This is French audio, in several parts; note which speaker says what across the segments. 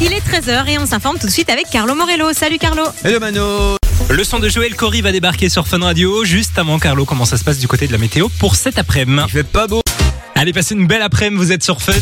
Speaker 1: Il est 13h et on s'informe tout de suite avec Carlo Morello. Salut Carlo
Speaker 2: Hello Mano
Speaker 3: Le son de Joël Cory va débarquer sur Fun Radio. Juste avant, Carlo, comment ça se passe du côté de la météo pour cet après-midi
Speaker 2: Il fait pas beau
Speaker 3: Allez, passez une belle après-midi, vous êtes sur Fun.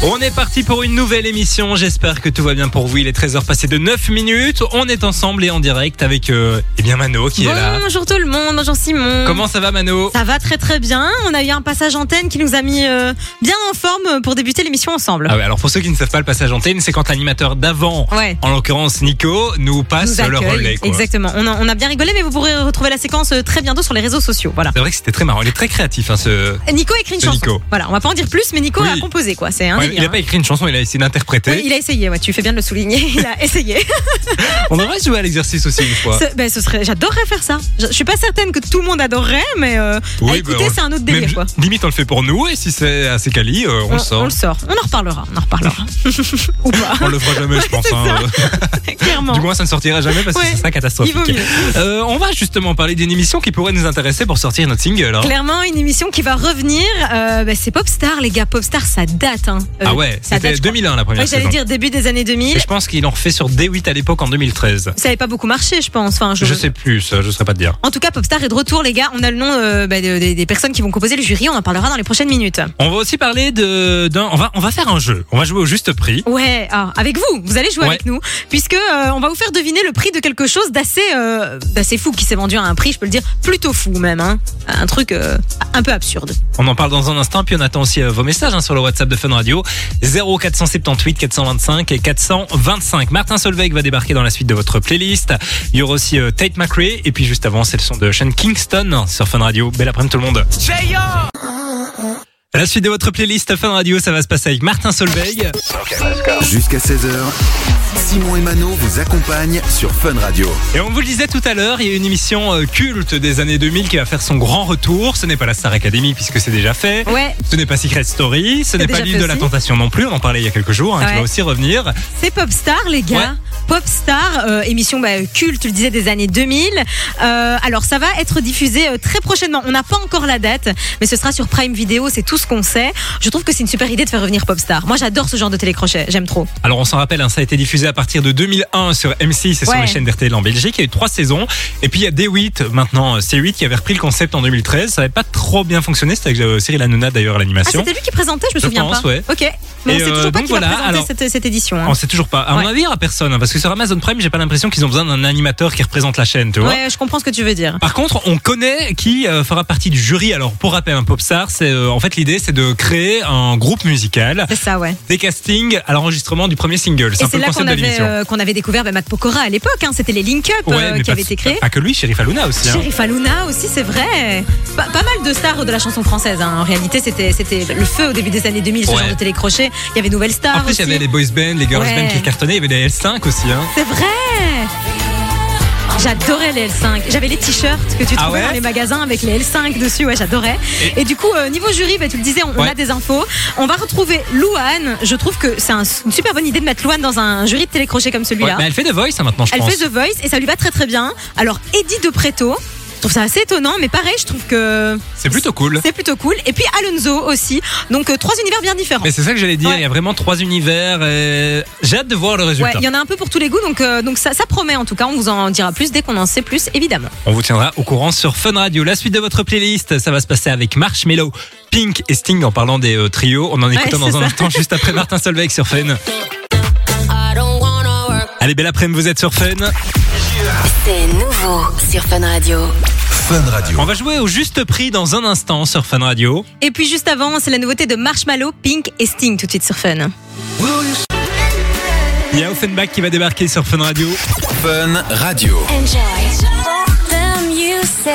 Speaker 3: On est parti pour une nouvelle émission. J'espère que tout va bien pour vous. Il est 13h passé de 9 minutes. On est ensemble et en direct avec euh, eh bien Mano qui est là.
Speaker 1: Bonjour tout le monde, bonjour Simon
Speaker 3: Comment ça va Mano
Speaker 1: Ça va très très bien, on a eu un passage antenne qui nous a mis euh, bien en forme pour débuter l'émission ensemble.
Speaker 3: ah ouais, alors pour ceux qui ne savent pas le passage antenne, c'est quand l'animateur d'avant,
Speaker 1: Ouais.
Speaker 3: en l'occurrence Nico, nous passe
Speaker 1: Nous
Speaker 3: Ah, le
Speaker 1: accueille.
Speaker 3: relais. quoi.
Speaker 1: Exactement, on a, on a bien rigolé mais vous pourrez retrouver la séquence euh, très bientôt sur les réseaux sociaux. Voilà.
Speaker 3: C'est vrai que c'était très marrant. Il est très créatif hein, ce,
Speaker 1: Nico a écrit une
Speaker 3: C'est
Speaker 1: chanson.
Speaker 3: Nico.
Speaker 1: Voilà, on va pas en dire plus mais Nico
Speaker 3: Oui.
Speaker 1: a composé quoi, c'est un
Speaker 3: Ouais,
Speaker 1: délire,
Speaker 3: il n'a
Speaker 1: hein.
Speaker 3: pas écrit une chanson, il a essayé d'interpréter.
Speaker 1: Oui, il a essayé, ouais, tu fais bien de le souligner, il a essayé.
Speaker 3: On devrait jouer à l'exercice aussi une fois.
Speaker 1: Ce- ben, ce serait, j'adorerais faire ça. Je, je suis pas certaine que tout le monde adorerait, mais euh, à
Speaker 3: Oui, bah,
Speaker 1: écouter,
Speaker 3: on-
Speaker 1: c'est un autre
Speaker 3: même
Speaker 1: délire
Speaker 3: ju-
Speaker 1: quoi.
Speaker 3: Limite, on le fait pour nous et si c'est assez quali, euh, on, le sort.
Speaker 1: on le sort. On en reparlera, on en reparlera. Ou pas,
Speaker 3: On le fera jamais, je pense.
Speaker 1: c'est
Speaker 3: hein.
Speaker 1: clairement.
Speaker 3: Du moins, ça ne sortira jamais parce que
Speaker 1: Ouais.
Speaker 3: c'est ça
Speaker 1: Il vaut
Speaker 3: catastrophique.
Speaker 1: mieux.
Speaker 3: Euh, on va justement parler d'une émission qui pourrait nous intéresser pour sortir notre single. hein.
Speaker 1: Clairement, une émission qui va revenir. euh, bah, c'est Popstar, les gars. Popstar, ça date. Hein. Euh,
Speaker 3: Ah ouais,
Speaker 1: ça
Speaker 3: c'était
Speaker 1: date, je crois.
Speaker 3: 2001 la première
Speaker 1: Ouais, J'allais
Speaker 3: saison.
Speaker 1: dire début des années
Speaker 3: Et
Speaker 1: 2000.
Speaker 3: je pense qu'il en refait sur D8 à l'époque en 2013.
Speaker 1: Ça n'avait pas beaucoup marché, je pense. Enfin, je...
Speaker 3: Je sais plus, ça, je ne saurais pas te dire.
Speaker 1: En tout cas, Popstar est de retour, les gars. On a le nom euh, bah, de- des, des personnes qui vont composer le jury. On en parlera dans les prochaines minutes.
Speaker 3: On va aussi parler de, d'un, on va, on va faire un jeu. On va jouer au juste prix.
Speaker 1: Ouais, ah, avec vous, vous allez jouer
Speaker 3: Ouais.
Speaker 1: avec nous, puisque euh, on va vous faire deviner le prix de quelque chose d'assez, euh, d'assez fou qui s'est vendu à un prix, je peux le dire, plutôt fou même, hein. un truc euh, un peu absurde.
Speaker 3: On en parle dans un instant, puis on attend aussi euh, vos messages hein, sur le WhatsApp de Fun Radio 0478 425 et 425. Martin Solveig va débarquer dans la suite de votre playlist. Il y aura aussi euh, Tate McRae et puis juste avant c'est le son de Sean Kingston sur Fun Radio. Belle après-midi tout le monde. La suite de votre playlist Fun Radio, ça va se passer avec Martin Solveig.
Speaker 4: Jusqu'à 16h, Simon et Mano vous accompagnent sur Fun Radio.
Speaker 3: Et on vous le disait tout à l'heure, il y a une émission euh, culte des années 2000 qui va faire son grand retour. Ce n'est pas la Star Academy puisque c'est déjà fait.
Speaker 1: Ouais,
Speaker 3: Ce n'est pas Secret Story, ce n'est pas
Speaker 1: déjà
Speaker 3: l'île
Speaker 1: fait
Speaker 3: de la
Speaker 1: aussi.
Speaker 3: tentation non plus, on en parlait il y a quelques jours, hein, qui
Speaker 1: Ouais.
Speaker 3: va aussi revenir.
Speaker 1: c'est Popstar, les gars.
Speaker 3: Ouais.
Speaker 1: Popstar, euh, émission bah, culte, tu le disais, des années 2000. Euh, alors, ça va être diffusé euh, très prochainement. On n'a pas encore la date, mais ce sera sur Prime Video, c'est tout ce qu'on sait. Je trouve que c'est une super idée de faire revenir Popstar. Moi, j'adore ce genre de télécrochet, j'aime trop. Ah,
Speaker 3: Alors on s'en rappelle, hein, ça a été diffusé à partir de 2001 sur M6 et sur
Speaker 1: Ouais.
Speaker 3: les chaînes d'RTL en Belgique. Il y a eu trois saisons. Et puis il y a D8, maintenant euh, C8, qui avait repris le concept en 2013. Ça n'avait pas trop bien fonctionné. C'était avec euh, Cyril Hanouna d'ailleurs à
Speaker 1: Ah,
Speaker 3: l'animation.
Speaker 1: c'était lui qui présentait, je me
Speaker 3: Je
Speaker 1: souviens
Speaker 3: pense,
Speaker 1: pas.
Speaker 3: ouais.
Speaker 1: Ok, mais on
Speaker 3: Et,
Speaker 1: sait
Speaker 3: euh,
Speaker 1: toujours pas
Speaker 3: donc
Speaker 1: qui va
Speaker 3: voilà,
Speaker 1: présenter
Speaker 3: alors-
Speaker 1: cette, cette édition. hein.
Speaker 3: on sait toujours pas. À
Speaker 1: Ouais.
Speaker 3: mon avis, à personne, hein, parce que sur Amazon Prime, j'ai pas l'impression qu'ils ont besoin d'un animateur qui représente la chaîne, tu vois.
Speaker 1: Ouais, je comprends ce que tu veux dire.
Speaker 3: Par contre, on connaît qui euh, fera partie du jury. Alors, pour rappel, un popstar, c'est euh, en fait l'idée, c'est de créer un groupe musical,
Speaker 1: C'est ça, ouais.
Speaker 3: des castings à l'enregistrement du premier single. C'est
Speaker 1: Et
Speaker 3: un peu
Speaker 1: c'est
Speaker 3: le
Speaker 1: là qu'on
Speaker 3: concept de
Speaker 1: avait,
Speaker 3: l'émission.
Speaker 1: euh, qu'on avait découvert bah, Matt Pokora à l'époque. hein. C'était les Link Up euh,
Speaker 3: Ouais, mais
Speaker 1: qui
Speaker 3: pas-
Speaker 1: avaient été créés.
Speaker 3: Pas que lui, Sheriff Aluna aussi. hein.
Speaker 1: Sheriff Aluna aussi, c'est vrai. Pas, pas mal de stars de la chanson française. hein. En réalité, c'était c'était le feu au début des années 2000, ce
Speaker 3: Ouais.
Speaker 1: genre de télécrochet. Il y avait Nouvelle Star.
Speaker 3: Après, il
Speaker 1: aussi.
Speaker 3: y avait les boys bands, les girls
Speaker 1: Ouais.
Speaker 3: bands qui cartonnaient, il y avait les L5 aussi. Hein.
Speaker 1: C'est vrai J'adorais les L5. J'avais les t-shirts que tu trouvais
Speaker 3: Ah ouais
Speaker 1: dans les magasins avec les L5 dessus. Ouais, j'adorais. Et, du coup, euh, niveau jury, bah, tu le disais, on, on
Speaker 3: Ouais.
Speaker 1: a des infos. On va retrouver Louane. Je trouve que c'est un- une super bonne idée de mettre Louane dans un jury de télécrochet comme
Speaker 3: Ouais,
Speaker 1: celui-là.
Speaker 3: mais elle fait The Voice hein, maintenant, je
Speaker 1: Elle
Speaker 3: pense.
Speaker 1: fait The Voice et ça lui va très très bien. Alors, Eddie de Preto. Je trouve ça assez étonnant, mais pareil, je trouve que
Speaker 3: C'est plutôt cool.
Speaker 1: c'est plutôt cool. Et puis Alonso aussi. Donc, euh, trois univers bien différents.
Speaker 3: Mais c'est ça que j'allais dire,
Speaker 1: Ouais.
Speaker 3: il y a vraiment trois univers. et J'ai hâte de voir le
Speaker 1: Ouais,
Speaker 3: résultat.
Speaker 1: il y en a un peu pour tous les goûts, donc, euh, donc ça, ça promet en tout cas. On vous en dira plus dès qu'on en sait plus, évidemment.
Speaker 3: On vous tiendra au courant sur Fun Radio. La suite de votre playlist, ça va se passer avec Marshmello, Pink et Sting en parlant des euh, trios. On en écoute un
Speaker 1: c'est
Speaker 3: dans un
Speaker 1: ça.
Speaker 3: instant juste après Martin Solveig sur Fun. Allez, belle après-midi, vous êtes sur Fun.
Speaker 5: C'est nouveau sur Fun Radio.
Speaker 4: Fun Radio.
Speaker 3: On va jouer au juste prix dans un instant sur Fun Radio.
Speaker 1: Et puis juste avant, c'est la nouveauté de Marshmallow, Pink et Sting tout de suite sur Fun.
Speaker 3: Il y a Offenbach qui va débarquer sur Fun Radio.
Speaker 4: Fun Radio.
Speaker 6: Eh
Speaker 5: Enjoy the music.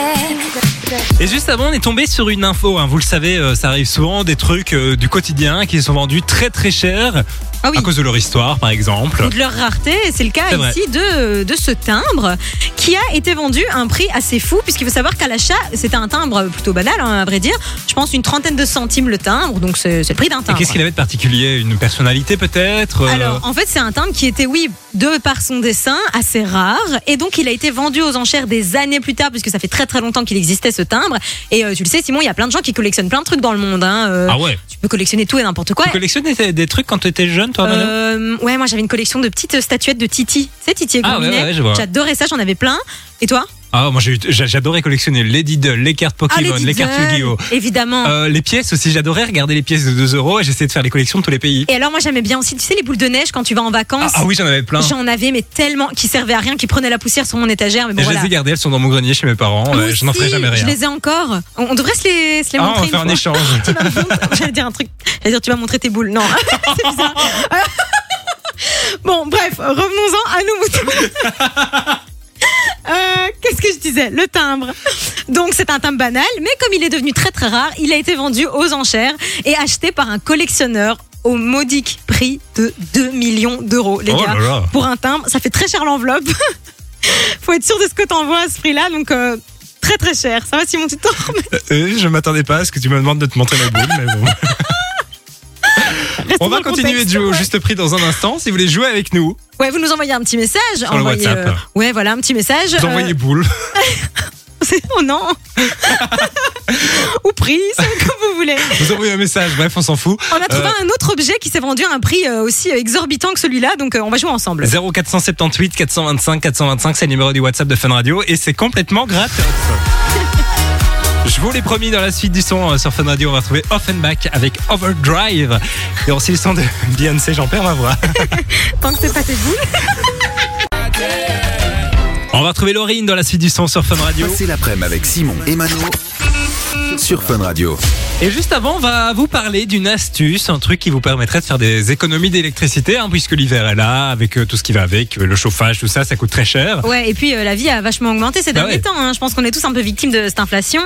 Speaker 3: Et juste avant, on est tombé sur une info. hein. Vous le savez, euh, ça arrive souvent des trucs euh, du quotidien qui sont vendus très très cher
Speaker 1: Ah oui.
Speaker 3: à cause de leur histoire, par exemple.
Speaker 1: Ou de leur rareté, et c'est le cas
Speaker 3: C'est vrai.
Speaker 1: ici de, de ce timbre qui a été vendu à un prix assez fou, puisqu'il faut savoir qu'à l'achat, c'était un timbre plutôt banal, hein, à vrai dire. Je pense une trentaine de centimes le timbre, donc c'est c'est le prix d'un
Speaker 3: Et
Speaker 1: timbre.
Speaker 3: qu'est-ce qu'il avait de particulier Une personnalité peut-être Euh,
Speaker 1: Alors, en fait, c'est un timbre qui était, oui, de par son dessin, assez rare. Et donc, il a été vendu aux enchères des années plus tard, puisque ça fait très très longtemps qu'il existait ce, ce timbre. Et euh, tu le sais, Simon, il y a plein de gens qui collectionnent plein de trucs dans le monde. hein, euh,
Speaker 3: Ah ouais.
Speaker 1: Tu peux collectionner tout et n'importe quoi.
Speaker 3: Tu collectionnais des, des trucs quand tu étais jeune, toi, Manon
Speaker 1: Euh, ouais, moi j'avais une collection de petites euh, statuettes de Titi. Tu sais, Titi et
Speaker 3: Ah ouais,
Speaker 1: Graminet.
Speaker 3: ouais, je vois.
Speaker 1: J'adorais ça, j'en avais plein. Et toi
Speaker 3: Ah, moi, j'ai eu- j'a- j'adorais collectionner les Diddle, les cartes
Speaker 1: Ah, les Ah.
Speaker 3: Pokémon, les cartes
Speaker 1: Diddle,
Speaker 3: Yu-Gi-Oh!
Speaker 1: Évidemment.
Speaker 3: Euh, les pièces aussi, j'adorais regarder les pièces de 2 euros et j'essayais de faire les collections de tous les pays.
Speaker 1: Et alors, moi j'aimais bien aussi, tu sais, les boules de neige quand tu vas en
Speaker 3: Ah,
Speaker 1: vacances.
Speaker 3: ah oui, j'en avais plein.
Speaker 1: J'en avais, mais tellement qui servaient à rien, qui prenaient la poussière sur mon étagère. Mais bon,
Speaker 3: Et je
Speaker 1: voilà. Ah,
Speaker 3: les ai gardées, elles sont dans mon grenier chez mes parents.
Speaker 1: Moi
Speaker 3: euh, je n'en ferai
Speaker 1: aussi,
Speaker 3: jamais rien.
Speaker 1: Je les ai encore. On, on devrait se les, se les
Speaker 3: Ah, on
Speaker 1: montrer.
Speaker 3: va
Speaker 1: une
Speaker 3: faire un
Speaker 1: fois.
Speaker 3: échange.
Speaker 1: Tu vas me montrer- J'allais dire un truc. J'allais dire, tu vas montrer tes boules. Non. C'est bizarre. Euh, bon, bref, revenons-en à nos moutons. Euh, Qu'est-ce que je disais Le timbre. Donc c'est un timbre banal, mais comme il est devenu très très rare, il a été vendu aux enchères et acheté par un collectionneur au modique prix de 2 millions d'euros. Les
Speaker 3: Oh
Speaker 1: gars,
Speaker 3: là là.
Speaker 1: pour un timbre, ça fait très cher l'enveloppe. Faut être sûr de ce que t'envoies à ce prix-là, donc euh, très très cher. Ça va Simon, tu t'en remets
Speaker 3: Euh, je m'attendais pas à ce que tu me demandes de te montrer la boule, mais bon.
Speaker 1: Restons
Speaker 3: On
Speaker 1: dans
Speaker 3: va
Speaker 1: le
Speaker 3: continuer de
Speaker 1: contexte.
Speaker 3: jouer au juste prix dans un instant. Si vous voulez jouer avec nous,
Speaker 1: Ouais, vous nous envoyez un petit message.
Speaker 3: le
Speaker 1: envoyez, euh,
Speaker 3: WhatsApp.
Speaker 1: ouais, voilà, un petit message.
Speaker 3: vous
Speaker 1: euh,
Speaker 3: envoyez boule.
Speaker 1: c'est- Oh non Ou prise, comme vous voulez.
Speaker 3: Vous envoyez un message, bref, on s'en fout.
Speaker 1: On a trouvé
Speaker 3: Euh,
Speaker 1: un autre objet qui s'est vendu à un prix euh, aussi exorbitant que celui-là, donc euh, on va jouer ensemble.
Speaker 3: 0478 425 425, c'est le numéro du WhatsApp de Fun Radio et c'est complètement gratos. Je vous l'ai promis dans la suite du son euh, sur Fun Radio, on va retrouver Offenbach avec Overdrive et aussi le son de Beyoncé, j'en perds ma voix.
Speaker 1: Tant que c'est pas tes boules.
Speaker 3: On va retrouver Laurine dans la suite du son sur Fun
Speaker 6: ben,
Speaker 3: Radio.
Speaker 4: Passez l'après-midi avec Simon et Mano sur Fun Radio.
Speaker 3: Et juste avant, on va vous parler d'une astuce, un truc qui vous permettrait de faire des économies d'électricité, hein, puisque l'hiver est là, avec euh, tout ce qui va avec, euh, le chauffage, tout ça, ça coûte très cher.
Speaker 1: Ouais, et puis euh, la vie a vachement augmenté ces
Speaker 3: Bah
Speaker 1: derniers
Speaker 3: ouais.
Speaker 1: temps. hein. Je pense qu'on est tous un peu victimes de cette inflation.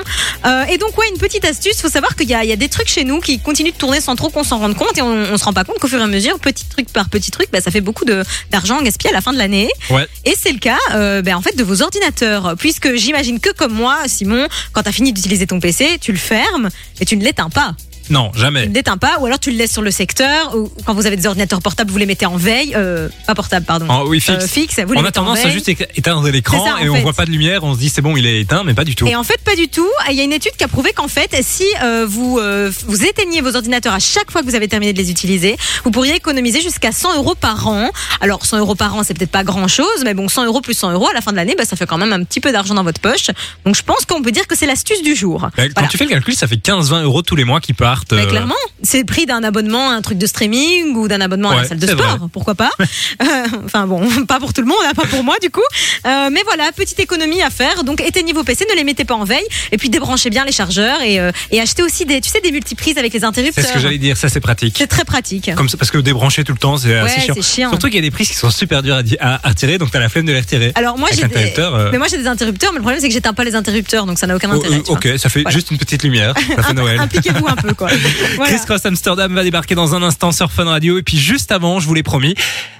Speaker 1: Euh, et donc, ouais, une petite astuce. Faut savoir qu'il y, a- il y a des trucs chez nous qui continuent de tourner sans trop qu'on s'en rende compte. Et on, on se rend pas compte qu'au fur et à mesure, petit truc par petit truc, bah, ça fait beaucoup de- d'argent gaspillé à la fin de l'année.
Speaker 3: Ouais.
Speaker 1: Et c'est le cas, euh, ben, en fait, de vos ordinateurs. Puisque j'imagine que comme moi, Simon, quand t'as fini d'utiliser ton PC, tu le fermes et tu ne l'éteins pas.
Speaker 3: Non,
Speaker 1: Tu
Speaker 3: jamais.
Speaker 1: ne l'éteins pas, ou alors tu le laisses sur le secteur. Ou quand vous avez des ordinateurs portables, vous les mettez en veille. Euh, pas portable, pardon.
Speaker 3: En oui, fixe.
Speaker 1: Euh, fixe, vous les
Speaker 3: on a
Speaker 1: mettez en
Speaker 3: tendance à
Speaker 1: veille.
Speaker 3: juste éc- éteindre
Speaker 1: C'est ça,
Speaker 3: l'écran
Speaker 1: en
Speaker 3: et on
Speaker 1: fait.
Speaker 3: voit pas de lumière, on se dit c'est bon, il est éteint, mais pas du tout.
Speaker 1: Et en fait, pas du tout. Il y a une étude qui a prouvé qu'en fait, si euh, vous, euh, vous éteignez vos ordinateurs à chaque fois que vous avez terminé de les utiliser, vous pourriez économiser jusqu'à 100 euros par an. Alors, 100 euros par an, c'est peut-être pas grand-chose, mais bon, 100 euros plus 100 euros, à la fin de l'année, bah, ça fait quand même un petit peu d'argent dans votre poche. Donc, je pense qu'on peut dire que c'est l'astuce du jour.
Speaker 3: Bah, Quand
Speaker 1: Voilà.
Speaker 3: tu fais le calcul, ça fait 15-20 euros tous les mois qui partent.
Speaker 1: Bah,
Speaker 3: euh,
Speaker 1: clairement, c'est le prix d'un abonnement à un truc de streaming ou d'un abonnement à la
Speaker 3: Ouais,
Speaker 1: salle de
Speaker 3: c'est
Speaker 1: sport,
Speaker 3: vrai.
Speaker 1: pourquoi pas. Euh, Enfin bon, pas pour tout le monde, hein, pas pour moi du coup. Euh, mais voilà, petite économie à faire. Donc éteignez vos PC, ne les mettez pas en veille, et puis débranchez bien les chargeurs et, euh, et achetez aussi des, tu sais, des multiprises avec les
Speaker 3: c'est
Speaker 1: interrupteurs.
Speaker 3: ce que j'allais dire, ça c'est pratique.
Speaker 1: C'est très pratique.
Speaker 3: Comme ça, parce que débrancher tout le temps, c'est assez
Speaker 1: Ouais,
Speaker 3: chiant.
Speaker 1: c'est chiant.
Speaker 3: Surtout qu'il y a des prises qui sont super dures à, di- à, à tirer, donc t'as la flemme de les retirer.
Speaker 1: Alors moi
Speaker 3: Avec
Speaker 1: j'ai des,
Speaker 3: l'interrupteur, euh,
Speaker 1: mais moi j'ai des interrupteurs, mais le problème c'est que j'éteins pas les interrupteurs, donc ça n'a aucun
Speaker 3: Oh,
Speaker 1: intérêt.
Speaker 3: euh,
Speaker 1: tu vois.
Speaker 3: ok, ça fait
Speaker 1: Voilà.
Speaker 3: juste une petite lumière. Ça fait Noël.
Speaker 1: Impliquez-vous un peu quoi. Voilà.
Speaker 3: Chris Cross Amsterdam va débarquer dans un instant sur Fun Radio. Et puis juste avant, je vous l'ai promis,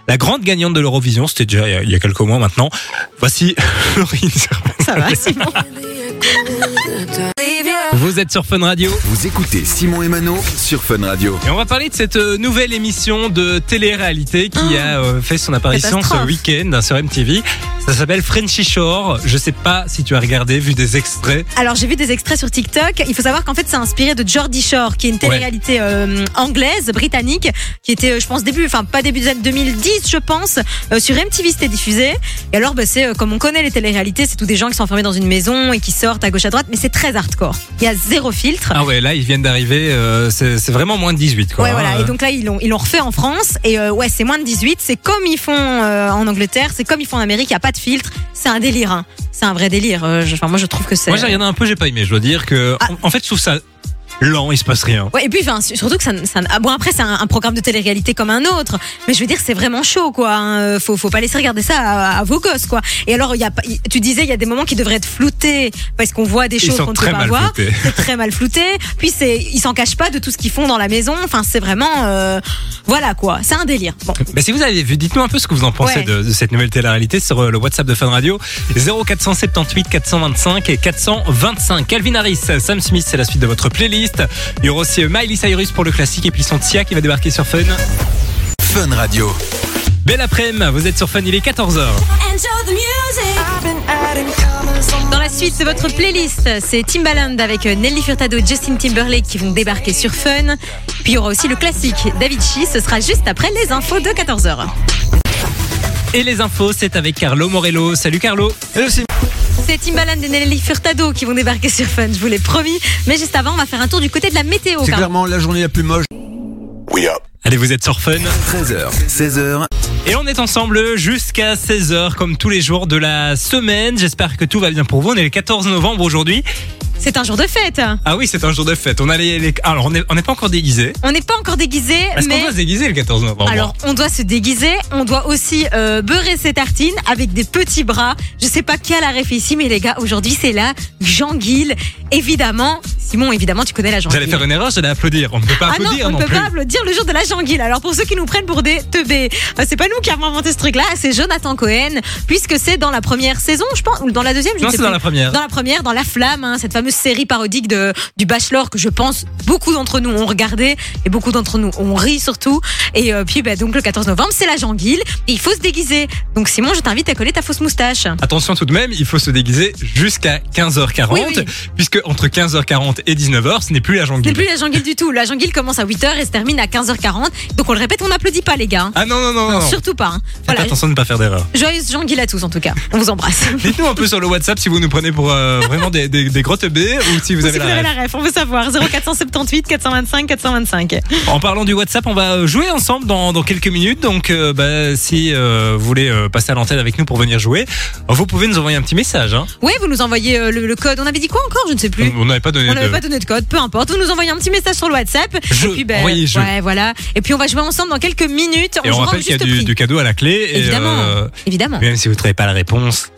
Speaker 3: la grande gagnante de l'Eurovision, c'était déjà il y a- il y a quelques mois maintenant. Voici Laurine sur Fun
Speaker 1: Ça va, Simon.
Speaker 3: Radio. Vous êtes sur Fun Radio
Speaker 4: Vous écoutez Simon et Mano sur Fun Radio.
Speaker 3: et on va parler de cette euh, nouvelle émission de télé-réalité qui a euh, fait son apparition ce
Speaker 1: Oh. Catastrophe.
Speaker 3: week-end hein, sur MTV. Ça s'appelle Frenchy Shore. Je sais pas si tu as regardé, vu des extraits.
Speaker 1: Alors j'ai vu des extraits sur TikTok. Il faut savoir qu'en fait c'est inspiré de Geordie Shore, qui est une télé-réalité euh, anglaise, britannique, qui était, euh, je pense, début, enfin pas début des années 2010, je pense, euh, sur MTV c'était diffusé. Et alors bah, c'est euh, comme on connaît les télé-réalités, c'est tous des gens qui sont enfermés dans une maison et qui sortent à gauche à droite, mais c'est très hardcore. Il y a zéro filtre.
Speaker 3: Ah ouais, là ils viennent d'arriver. euh, c'est c'est vraiment moins de 18 quoi.
Speaker 1: Ouais, voilà.
Speaker 3: hein.
Speaker 1: Et donc là, ils l'ont, ils l'ont refait en France. Et euh, ouais, c'est moins de 18. C'est comme ils font euh, en Angleterre, c'est comme ils font en Amérique. Il n'y a pas de filtre. C'est un délire. hein. C'est un vrai délire. Euh, je- Enfin, moi, je trouve que c'est.
Speaker 3: Moi j'ai regardé un peu, j'ai pas aimé. Je dois dire que
Speaker 1: Ah.
Speaker 3: en, en fait je trouve ça lent, il se passe rien.
Speaker 1: Ouais, et puis enfin, surtout que ça, ça- ah bon après c'est un, un programme de télé-réalité comme un autre, mais je veux dire c'est vraiment chaud quoi. hein. Faut, faut pas laisser regarder ça à, à vos gosses quoi. Et alors il y a, pas- il- tu disais il y a des moments qui devraient être floutés parce qu'on voit des
Speaker 3: Ils
Speaker 1: choses
Speaker 3: sont
Speaker 1: qu'on ne
Speaker 3: très
Speaker 1: peut pas
Speaker 3: mal
Speaker 1: voir.
Speaker 3: floutés.
Speaker 1: C'est très mal flouté. Puis c'est, ils s'en cachent pas de tout ce qu'ils font dans la maison. Enfin c'est vraiment, euh, voilà quoi. C'est un délire. Bon.
Speaker 3: Bah, si vous avez vu, dites-nous un peu ce que vous en pensez
Speaker 1: Ouais.
Speaker 3: de, de cette nouvelle télé-réalité sur euh, le WhatsApp de Fun Radio 0478 425 et 425. Calvin Harris, Sam Smith, c'est la suite de votre playlist. Il y aura aussi euh, Miley Cyrus pour le classique et puis son Tia qui va débarquer sur Fun.
Speaker 4: Fun Radio.
Speaker 3: Belle après-midi, vous êtes sur Fun, il est 14h.
Speaker 2: Enjoy the music.
Speaker 1: Dans la suite, c'est votre playlist. C'est Timbaland avec euh, Nelly Furtado, Justin Timberlake qui vont débarquer sur Fun. Puis il y aura aussi le classique Davichi. Ce sera juste après les infos de 14h.
Speaker 3: Et les infos, c'est avec Carlo Morello. Salut Carlo.
Speaker 1: C'est Timbaland et Nelly Furtado qui vont débarquer sur Fun, je vous l'ai promis. Mais juste avant, on va faire un tour du côté de la météo.
Speaker 6: C'est
Speaker 1: Carlo.
Speaker 6: clairement la journée la plus moche.
Speaker 4: We up.
Speaker 3: Allez, vous êtes sur Fun.
Speaker 4: 13h, 16h,
Speaker 3: Et on est ensemble jusqu'à 16h, comme tous les jours de la semaine. J'espère que tout va bien pour vous. On est le 14 novembre aujourd'hui.
Speaker 1: C'est un jour de fête.
Speaker 3: Ah oui, c'est un jour de fête. On a les- les- Alors, on n'est on n'est pas encore déguisé.
Speaker 1: On n'est pas encore déguisé,
Speaker 3: Est-ce
Speaker 1: mais.
Speaker 3: qu'on doit se déguiser le 14 novembre
Speaker 1: Alors, on doit se déguiser, on doit aussi euh, beurrer ses tartines avec des petits bras. Je sais pas qui a la ref ici, mais les gars, aujourd'hui c'est la Jean-Guil. Évidemment, Simon, évidemment, tu connais la jean
Speaker 3: J'allais faire une erreur, j'allais applaudir. On ne peut pas
Speaker 1: Ah non,
Speaker 3: applaudir
Speaker 1: on ne peut
Speaker 3: plus.
Speaker 1: pas applaudir le jour de la Jean-Guil. Alors pour ceux qui nous prennent pour des teubés, euh, c'est pas nous qui avons inventé ce truc-là, c'est Jonathan Cohen, puisque c'est dans la première saison, je pense, ou dans la deuxième, je
Speaker 3: Non,
Speaker 1: ne sais
Speaker 3: c'est dans
Speaker 1: plus.
Speaker 3: la première.
Speaker 1: Dans la première, dans La Flamme, hein, cette fameuse série parodique de, du Bachelor que je pense beaucoup d'entre nous ont regardé et beaucoup d'entre nous ont ri surtout. Et euh, puis bah, donc le 14 novembre, c'est la Jean-Guil et il faut se déguiser. Donc Simon, je t'invite à coller ta fausse moustache.
Speaker 3: Attention tout de même, il faut se déguiser jusqu'à 15h40,
Speaker 1: Oui, oui.
Speaker 3: puisque entre 15h40 et 19h, ce n'est plus la
Speaker 1: Ce
Speaker 3: jonguille.
Speaker 1: n'est plus la Jean-Guil du tout. La Jean-Guil commence à 8h et se termine à 15h40. Donc on le répète, on n'applaudit pas les gars. hein.
Speaker 3: Ah non, non, non, non. non. Faites
Speaker 1: Surtout pas. hein. Voilà,
Speaker 3: attention de ne pas faire d'erreur.
Speaker 1: Joyeuse Jean-Guil à tous en tout cas. On vous embrasse.
Speaker 3: Dites-nous un peu sur le WhatsApp si vous nous prenez pour euh, vraiment des, des, des gros teubés ou si vous
Speaker 1: Vous
Speaker 3: avez la
Speaker 1: avez
Speaker 3: ref.
Speaker 1: la ref, on veut savoir. 0478 425 425.
Speaker 3: En parlant du WhatsApp, on va euh, jouer ensemble dans, dans quelques minutes. Donc, euh, bah, si euh, vous voulez euh, passer à l'antenne avec nous pour venir jouer, vous pouvez nous envoyer un petit message. Hein.
Speaker 1: Ouais, vous nous envoyez euh, le, le code. On avait dit quoi encore Je ne sais plus.
Speaker 3: On n'avait pas donné
Speaker 1: On
Speaker 3: de.
Speaker 1: n'avait pas donné de code, peu importe. Vous nous envoyez un petit message sur le WhatsApp.
Speaker 3: Je-
Speaker 1: et puis, ben,
Speaker 3: envoyez je.
Speaker 1: ouais, voilà. Et puis on va jouer ensemble dans quelques minutes.
Speaker 3: Et on
Speaker 1: jouera au
Speaker 3: rappelle qu'il y a
Speaker 1: juste
Speaker 3: du,
Speaker 1: prix.
Speaker 3: du cadeau à la clé. et,
Speaker 1: Évidemment,
Speaker 3: euh,
Speaker 1: évidemment.
Speaker 3: même si vous ne trouvez pas la réponse,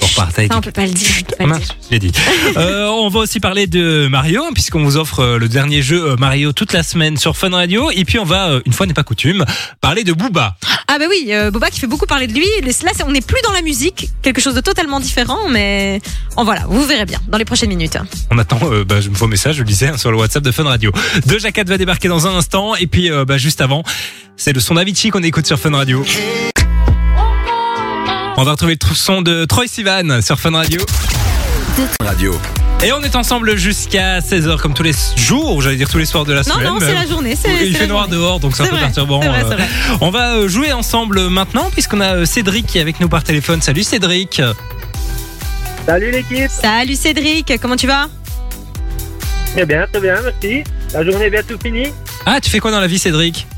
Speaker 3: vous repartez avec
Speaker 1: Ça,
Speaker 3: du
Speaker 1: on peut pas le dire. on peut pas
Speaker 3: Ah
Speaker 1: le
Speaker 3: mince,
Speaker 1: dire.
Speaker 3: je l'ai dit. Euh, on va aussi parler de Mario, hein, puisqu'on vous offre euh, le dernier jeu euh, Mario toute la semaine sur Fun Radio. Et puis on va, euh, une fois n'est pas coutume, parler de Booba.
Speaker 1: Ah, bah oui, euh, Boba qui fait beaucoup parler de lui. Les- Là, c'est- on n'est plus dans la musique. Quelque chose de totalement différent, mais. En voilà, vous verrez bien dans les prochaines minutes.
Speaker 3: On attend euh, bah, je- vos messages, je le disais, hein, sur le WhatsApp de Fun Radio. De Jacquette va débarquer dans un instant. Et puis euh, bah, juste avant, c'est le son d'Avicii qu'on écoute sur Fun Radio. On va retrouver le trou- son de Troy Sivan sur Fun Radio.
Speaker 4: Radio.
Speaker 3: Et on est ensemble jusqu'à 16h, comme tous les jours, j'allais dire tous les soirs de la
Speaker 1: Non,
Speaker 3: semaine. euh,
Speaker 1: non, c'est la journée. c'est-
Speaker 3: Il
Speaker 1: c'est la
Speaker 3: fait noir
Speaker 1: journée.
Speaker 3: dehors, donc c'est un
Speaker 1: C'est
Speaker 3: peu
Speaker 1: vrai,
Speaker 3: perturbant.
Speaker 1: c'est vrai,
Speaker 3: euh,
Speaker 1: c'est vrai.
Speaker 3: On va euh, jouer ensemble maintenant, puisqu'on a euh, Cédric qui est avec nous par téléphone. Salut Cédric.
Speaker 7: Salut l'équipe,
Speaker 1: Salut Cédric, comment tu vas
Speaker 7: très bien, très bien, merci. La journée est bientôt finie.
Speaker 3: Ah, tu fais quoi dans la vie, Cédric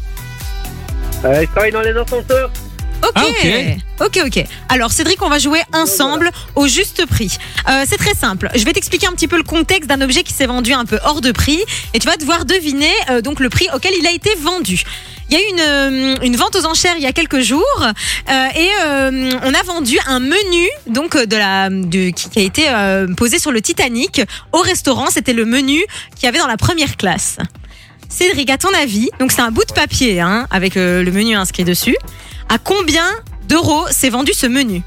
Speaker 7: Euh, je travaille dans les ascenseurs.
Speaker 1: Ok.
Speaker 3: Ah, ok.
Speaker 1: ok, ok. Alors Cédric, on va jouer ensemble au juste prix. Euh, c'est très simple. Je vais t'expliquer un petit peu le contexte d'un objet qui s'est vendu un peu hors de prix et tu vas devoir deviner euh, donc le prix auquel il a été vendu. Il y a eu une, euh, une vente aux enchères il y a quelques jours euh, et euh, on a vendu un menu donc euh, de la de- qui qui a été euh, posé sur le Titanic au restaurant. C'était le menu qu'il y avait dans la première classe. Cédric, à ton avis, donc c'est un bout de papier hein, avec euh, le menu inscrit dessus. À combien d'euros s'est vendu ce menu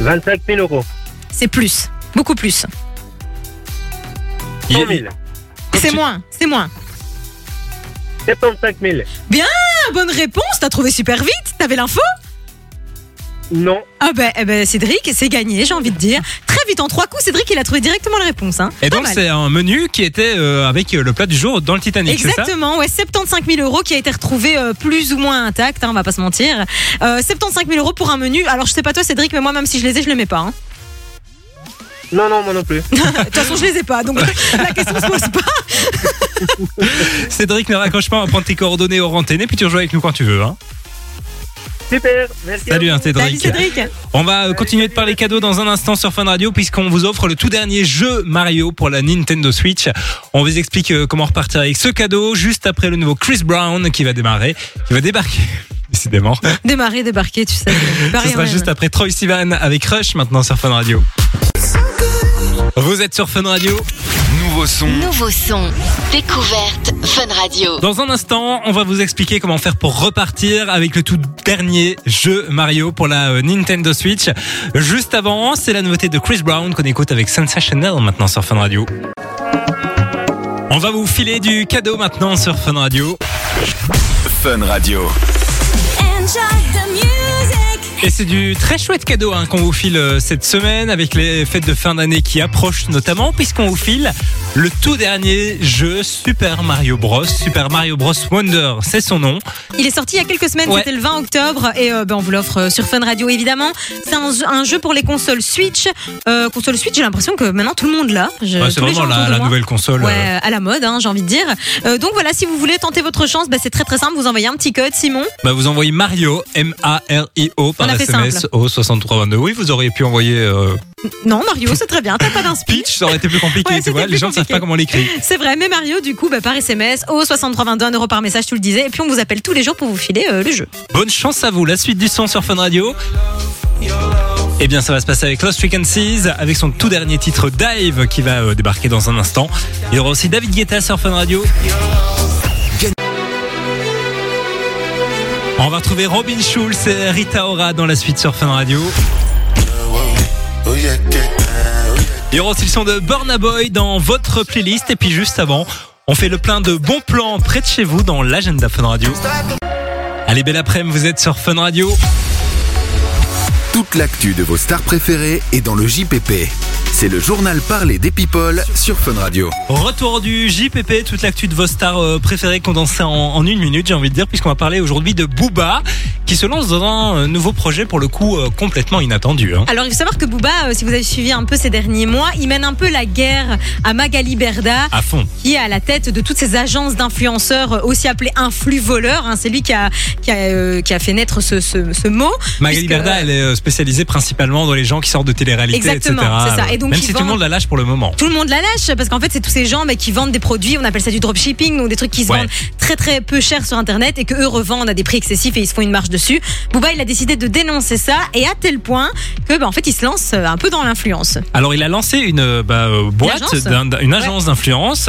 Speaker 7: 25 000 euros.
Speaker 1: C'est plus, beaucoup plus.
Speaker 7: 100 000.
Speaker 1: C'est
Speaker 3: tu-
Speaker 1: moins, c'est moins.
Speaker 7: 75 000.
Speaker 1: Ah, bonne réponse, t'as trouvé super vite, t'avais l'info
Speaker 7: Non.
Speaker 1: Ah ben, eh ben, Cédric, c'est gagné, j'ai envie de dire. Très vite, en trois coups, Cédric, il a trouvé directement la réponse. Hein.
Speaker 3: Et
Speaker 1: Pas
Speaker 3: donc,
Speaker 1: mal.
Speaker 3: c'est un menu qui était euh, avec euh, le plat du jour dans le Titanic, c'est ça
Speaker 1: Exactement, ouais, 75 000 euros qui a été retrouvé euh, plus ou moins intact, hein, on va pas se mentir. Euh, 75 000 euros pour un menu. Alors je sais pas toi Cédric, mais moi même si je les ai, je les mets pas. hein. Euh,
Speaker 7: Non, non, moi non plus.
Speaker 1: De toute façon, je les ai pas, donc la question se pose pas.
Speaker 3: Cédric, ne raccroche pas, on va prendre tes coordonnées au antenne et puis tu rejoues avec nous quand tu veux. hein.
Speaker 7: Super, merci.
Speaker 3: Salut, hein,
Speaker 1: Salut Cédric.
Speaker 3: On va euh, continuer de parler cadeaux dans un instant sur Fun Radio puisqu'on vous offre le tout dernier jeu Mario pour la Nintendo Switch. On vous explique euh, comment repartir avec ce cadeau juste après le nouveau Chris Brown qui va démarrer, qui va débarquer. Décidément.
Speaker 1: Démarrer, débarquer, tu sais. pas
Speaker 3: Ce
Speaker 1: rien
Speaker 3: sera
Speaker 1: même.
Speaker 3: juste après Troy Sivan avec Rush maintenant sur Fun Radio. Vous êtes sur Fun Radio.
Speaker 4: Nouveau son,
Speaker 5: Nouveau son. Découverte Fun Radio.
Speaker 3: Dans un instant, on va vous expliquer comment faire pour repartir avec le tout dernier jeu Mario pour la euh, Nintendo Switch. Juste avant, c'est la nouveauté de Chris Brown qu'on écoute avec Sensational maintenant sur Fun Radio. On va vous filer du cadeau maintenant sur Fun Radio.
Speaker 4: Fun Radio.
Speaker 2: Enjoy the music.
Speaker 3: Et c'est du très chouette cadeau hein, qu'on vous file euh, cette semaine avec les fêtes de fin d'année qui approchent notamment puisqu'on vous file le tout dernier jeu Super Mario Bros. Super Mario Bros. Wonder, c'est son nom.
Speaker 1: Il est sorti il y a quelques semaines,
Speaker 3: Ouais.
Speaker 1: c'était le 20 octobre, et euh, ben, on vous l'offre euh, sur Fun Radio évidemment. C'est un, jeu- un jeu pour les consoles Switch. Euh, console Switch, j'ai l'impression que maintenant tout le monde l'a. Je-
Speaker 3: Bah,
Speaker 1: Euh, tous
Speaker 3: c'est
Speaker 1: les
Speaker 3: vraiment
Speaker 1: gens autour
Speaker 3: la,
Speaker 1: de
Speaker 3: la
Speaker 1: moi.
Speaker 3: nouvelle console.
Speaker 1: Ouais,
Speaker 3: euh,
Speaker 1: euh, à la mode, hein, j'ai envie de dire. Euh, donc voilà, si vous voulez tenter votre chance, bah, c'est très très simple. Vous envoyez un petit code, Simon.
Speaker 3: Bah vous envoyez Mario, M-A-R-I-O, par
Speaker 1: On a fait
Speaker 3: SMS
Speaker 1: simple.
Speaker 3: au 6322. Oui, vous auriez pu envoyer euh,
Speaker 1: Non, Mario, c'est très bien. T'as pas d'inspiration.
Speaker 3: Peach, ça aurait été plus compliqué,
Speaker 1: Ouais,
Speaker 3: tu vois.
Speaker 1: c'était
Speaker 3: Les
Speaker 1: plus
Speaker 3: gens ne savent
Speaker 1: compliqué.
Speaker 3: pas comment l'écrire.
Speaker 1: C'est vrai, mais Mario, du coup, bah, par SMS, au 6322, 1 euro par message, tu le disais. Et puis on vous appelle tous les jours pour vous filer euh, le jeu.
Speaker 3: Bonne chance à vous. La suite du son sur Fun Radio. Eh bien, ça va se passer avec Lost Frequencies, avec son tout dernier titre Dive qui va euh, débarquer dans un instant. Il y aura aussi David Guetta sur Fun Radio. On va retrouver Robin Schulz et Rita Ora dans la suite sur Fun Radio. Il y aura aussi le son de Borna Boy dans votre playlist. Et puis juste avant, on fait le plein de bons plans près de chez vous dans l'agenda Fun Radio. Allez, belle après-midi, vous êtes sur Fun Radio.
Speaker 4: Toute l'actu de vos stars préférées est dans le JPP. C'est le journal parlé des people sur Fun Radio.
Speaker 3: Retour du JPP, toute l'actu de vos stars euh, préférées condensée en, en une minute, j'ai envie de dire, puisqu'on va parler aujourd'hui de Booba, qui se lance dans un euh, nouveau projet, pour le coup, euh, complètement inattendu. hein.
Speaker 1: Alors, il faut savoir que Booba, euh, si vous avez suivi un peu ces derniers mois, il mène un peu la guerre à Magali Berda.
Speaker 3: À fond.
Speaker 1: qui est à la tête de toutes ces agences d'influenceurs, euh, aussi appelées influx voleurs. hein. C'est lui qui a, qui, a, euh, qui a fait naître ce, ce- ce mot.
Speaker 3: Magali
Speaker 1: Puisque-
Speaker 3: Berda, elle est euh, spécialisée principalement dans les gens qui sortent de télé-réalité,
Speaker 1: Exactement,
Speaker 3: etc.
Speaker 1: c'est ça. Et donc,
Speaker 3: Même
Speaker 1: ils
Speaker 3: si tout le
Speaker 1: vendent-
Speaker 3: monde la lâche pour le moment.
Speaker 1: Tout le monde la lâche parce qu'en fait, c'est tous ces gens mais qui vendent des produits, on appelle ça du dropshipping, donc des trucs qui se
Speaker 3: Ouais.
Speaker 1: vendent très très peu cher sur internet et que eux revendent à des prix excessifs et ils se font une marge dessus. Booba, il a décidé de dénoncer ça et à tel point que, bah, en fait, il se lance euh, un peu dans l'influence.
Speaker 3: Alors il a lancé une euh, bah, euh, boîte,
Speaker 1: agence
Speaker 3: d'un- d'un- une agence d'influence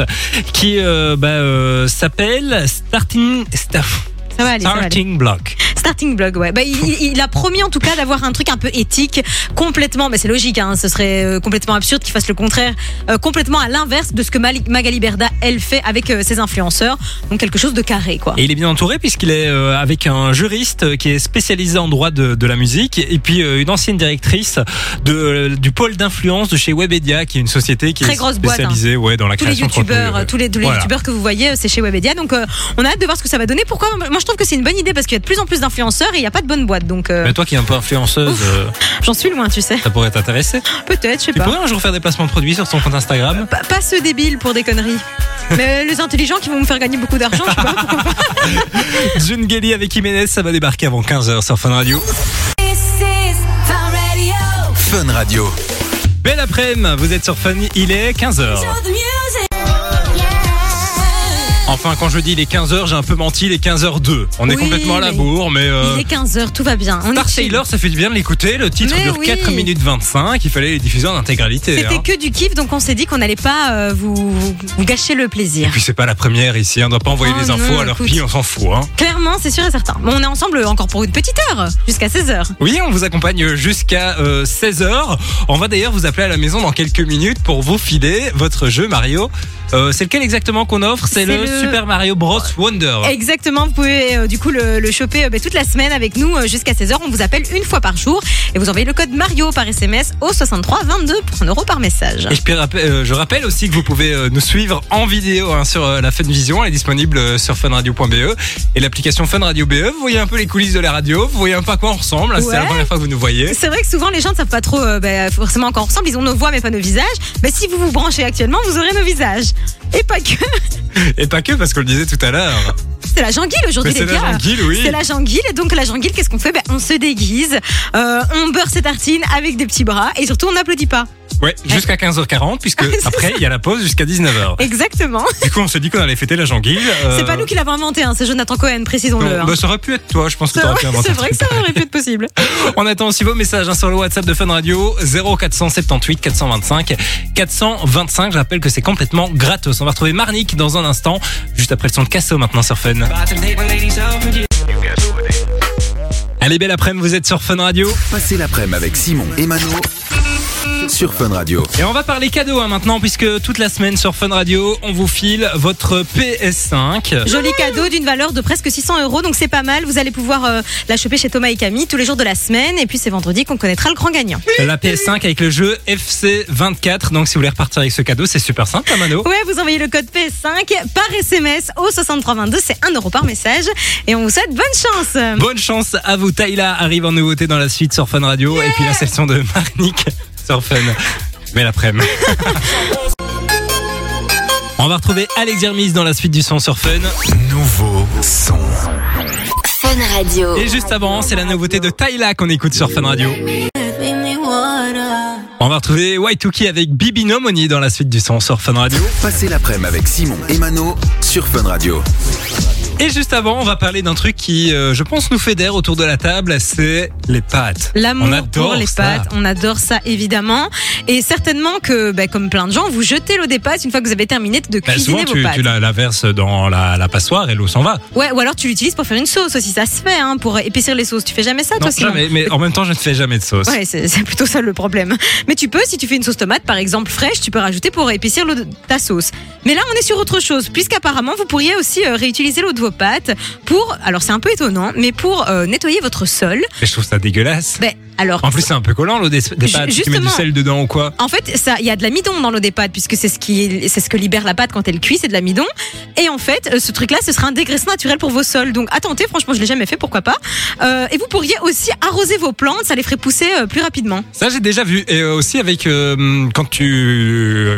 Speaker 3: qui euh, bah, euh, s'appelle Starting Staff.
Speaker 1: Ça va aller, ça va aller.
Speaker 3: Starting Block.
Speaker 1: Starting blog, ouais. Bah, il, il- il a promis en tout cas d'avoir un truc un peu éthique, complètement, mais c'est logique, hein, ce serait euh, complètement absurde qu'il fasse le contraire, euh, complètement à l'inverse de ce que Mali- Magali Berda, elle fait avec euh, ses influenceurs, donc quelque chose de carré, quoi.
Speaker 3: Et il est bien entouré puisqu'il est euh, avec un juriste euh, qui est spécialisé en droit de, de la musique et puis euh, une ancienne directrice de, euh, du pôle d'influence de chez Webedia qui est une société qui
Speaker 1: Très
Speaker 3: est
Speaker 1: grosse boîte, hein.
Speaker 3: spécialisée ouais, dans la
Speaker 1: Tous les
Speaker 3: création de contenu,
Speaker 1: youtubeurs,
Speaker 3: euh,
Speaker 1: euh, tous les, tous les
Speaker 3: voilà.
Speaker 1: youtubeurs que vous voyez, euh, c'est chez Webedia. Donc, euh, on a hâte de voir ce que ça va donner. Pourquoi Moi, je trouve que c'est une bonne idée parce qu'il y a de plus en plus d'influenceurs et il n'y a pas de bonne boîte. Donc, euh,
Speaker 3: Mais toi qui es un peu influenceuse, euh,
Speaker 1: j'en suis loin, tu sais.
Speaker 3: ça pourrait t'intéresser.
Speaker 1: Peut-être, je sais
Speaker 3: Tu
Speaker 1: pas.
Speaker 3: pourrais un jour faire des placements de produits sur ton compte Instagram.
Speaker 1: Pas, pas ceux débiles pour des conneries. Mais les intelligents qui vont me faire gagner beaucoup d'argent, je sais pas.
Speaker 3: June Gelly avec Jiménez, ça va débarquer avant 15h sur Fun Radio.
Speaker 2: This is Fun Radio.
Speaker 4: Fun Radio.
Speaker 3: Belle après-midi, vous êtes sur Fun, il est 15h.
Speaker 2: Show the music.
Speaker 3: Enfin, quand je dis les 15h, j'ai un peu menti, les 15h02. On est
Speaker 1: Oui,
Speaker 3: complètement à la
Speaker 1: mais-
Speaker 3: bourre, mais... euh,
Speaker 1: Il est 15h, tout va bien. On
Speaker 3: Star
Speaker 1: est chill.
Speaker 3: Sailor, ça fait du bien de l'écouter. Le titre
Speaker 1: Mais
Speaker 3: dure
Speaker 1: oui.
Speaker 3: 4 minutes 25. Il fallait les diffuser en intégralité.
Speaker 1: C'était
Speaker 3: hein.
Speaker 1: que du kiff, donc on s'est dit qu'on n'allait pas euh, vous, vous- vous gâcher le
Speaker 3: Et
Speaker 1: plaisir.
Speaker 3: puis c'est pas la première ici. On doit pas envoyer
Speaker 1: Oh
Speaker 3: les
Speaker 1: non,
Speaker 3: infos à leur
Speaker 1: écoute.
Speaker 3: pille, on s'en fout. hein.
Speaker 1: Clairement, c'est sûr et certain. Bon, on est ensemble encore pour une petite heure, jusqu'à 16h.
Speaker 3: Oui, on vous accompagne jusqu'à 16h. On va d'ailleurs vous appeler à la maison dans quelques minutes pour vous filer votre jeu Mario. Euh, c'est lequel exactement qu'on offre C'est
Speaker 1: C'est
Speaker 3: le,
Speaker 1: le-
Speaker 3: Super Mario Bros Wonder.
Speaker 1: Exactement, vous pouvez euh, du coup le, le choper euh, bah, toute la semaine avec nous euh, jusqu'à 16h. On vous appelle une fois par jour et vous envoyez le code Mario par SMS au 6322 pour 1 euro par message.
Speaker 3: Et je, peux rappel- euh, je rappelle aussi que vous pouvez euh, nous suivre en vidéo hein, sur euh, la Fun Vision. Elle est disponible euh, sur funradio.be et l'application Fun Radio BE. Vous voyez un peu les coulisses de la radio, vous voyez un peu à quoi on ressemble. hein, C'est la
Speaker 1: Ouais.
Speaker 3: première fois que vous nous voyez.
Speaker 1: C'est vrai que souvent les gens ne savent pas trop euh, bah, forcément encore ensemble, ils ont nos voix mais pas nos visages. Mais si vous vous branchez actuellement, vous aurez nos visages. Et pas que,
Speaker 3: Et pas que, parce qu'on le disait tout à l'heure.
Speaker 1: c'est la janguille
Speaker 3: Mais
Speaker 1: aujourd'hui les
Speaker 3: c'est la
Speaker 1: gars.
Speaker 3: janguille, oui.
Speaker 1: C'est la janguille. Et donc, la janguille, qu'est-ce qu'on fait ben, On se déguise, euh, on beurre ses tartines avec des petits bras et surtout, on n'applaudit pas.
Speaker 3: Ouais, jusqu'à 15h40, puisque
Speaker 1: Ah, C'est
Speaker 3: après, il y a la pause jusqu'à 19h.
Speaker 1: Exactement.
Speaker 3: Du coup, on s'est dit qu'on allait fêter la janguille. euh,
Speaker 1: C'est pas nous qui l'avons inventé, hein, c'est Jonathan Cohen,
Speaker 3: non,
Speaker 1: précisons-le. hein.
Speaker 3: bah, ça aurait pu être toi, je pense que
Speaker 1: C'est
Speaker 3: t'aurais
Speaker 1: vrai,
Speaker 3: pu inventer.
Speaker 1: c'est vrai que ça aurait pu être possible.
Speaker 3: On attend aussi vos messages hein, sur le WhatsApp de Fun Radio 0478 425 425. Je rappelle que c'est complètement gratos. On va retrouver Marnik dans un instant, juste après le son de Casso maintenant sur Fun. Allez, belle après-midi, vous êtes sur Fun Radio.
Speaker 4: Passez l'après-midi avec Simon et Mano sur Fun Radio.
Speaker 3: Et on va parler cadeaux hein, maintenant, puisque toute la semaine sur Fun Radio, on vous file votre PS5.
Speaker 1: Joli cadeau d'une valeur de presque 600 euros, donc c'est pas mal. Vous allez pouvoir euh, la choper chez Thomas et Camille tous les jours de la semaine. Et puis c'est vendredi qu'on connaîtra le grand gagnant.
Speaker 3: La PS5 avec le jeu FC24. Donc si vous voulez repartir avec ce cadeau, c'est super simple, hein, Mano.
Speaker 1: Ouais, vous envoyez le code PS5 par SMS au 6322, c'est 1 euro par message. Et on vous souhaite bonne chance.
Speaker 3: Bonne chance à vous. Taïla arrive en nouveauté dans la suite sur Fun Radio. Et puis la section de Marnick sur Fun. Mais l'après-midi. on va retrouver Alex Hermis dans la suite du son sur Fun.
Speaker 4: Nouveau son.
Speaker 5: Fun Radio.
Speaker 3: Et juste avant, c'est la nouveauté de Tyla qu'on écoute sur Fun Radio. On va retrouver Y2K avec Bibi Nomoni dans la suite du son sur Fun Radio.
Speaker 4: Passez l'après-midi avec Simon et Mano sur Fun Radio.
Speaker 3: Et juste avant, on va parler d'un truc qui, euh, je pense, nous fédère autour de la table, c'est les pâtes. On
Speaker 1: L'amour
Speaker 3: adore
Speaker 1: pour les
Speaker 3: ça.
Speaker 1: pâtes, on adore ça évidemment. Et certainement que, bah, comme plein de gens, vous jetez l'eau des pâtes une fois que vous avez terminé de
Speaker 3: Bah, souvent,
Speaker 1: cuisiner vos
Speaker 3: tu,
Speaker 1: pâtes.
Speaker 3: tu la, la verses dans la, la passoire et l'eau s'en va.
Speaker 1: Ouais, ou alors tu l'utilises pour faire une sauce aussi, ça se fait, hein, pour épaissir les sauces. Tu fais jamais ça
Speaker 3: Non,
Speaker 1: toi Simon
Speaker 3: jamais, mais en même temps, je ne fais jamais de sauce.
Speaker 1: Ouais, c'est c'est plutôt ça le problème. Mais tu peux, si tu fais une sauce tomate par exemple fraîche, tu peux rajouter pour épaissir l'eau de ta sauce. Mais là, on est sur autre chose, puisqu'apparemment, vous pourriez aussi euh, réutiliser l'eau de vos pâtes pour, alors c'est un peu étonnant, mais pour euh, nettoyer votre sol.
Speaker 3: Mais je trouve ça dégueulasse.
Speaker 1: Ben, alors,
Speaker 3: En plus, c'est un peu collant l'eau des, des
Speaker 1: Ju-
Speaker 3: pâtes. Tu mets du
Speaker 1: justement.
Speaker 3: sel dedans ou quoi
Speaker 1: En fait, ça, il y a de l'amidon dans l'eau des pâtes puisque c'est ce qui, c'est ce que libère la pâte quand elle cuit, c'est de l'amidon. Et en fait, euh, ce truc-là, ce sera un dégraissant naturel pour vos sols. Donc, à tenter. Franchement, je l'ai jamais fait, pourquoi pas. Euh, et vous pourriez aussi arroser vos plantes, ça les ferait pousser euh, plus rapidement.
Speaker 3: Ça, j'ai déjà vu. Et euh, aussi avec euh, quand tu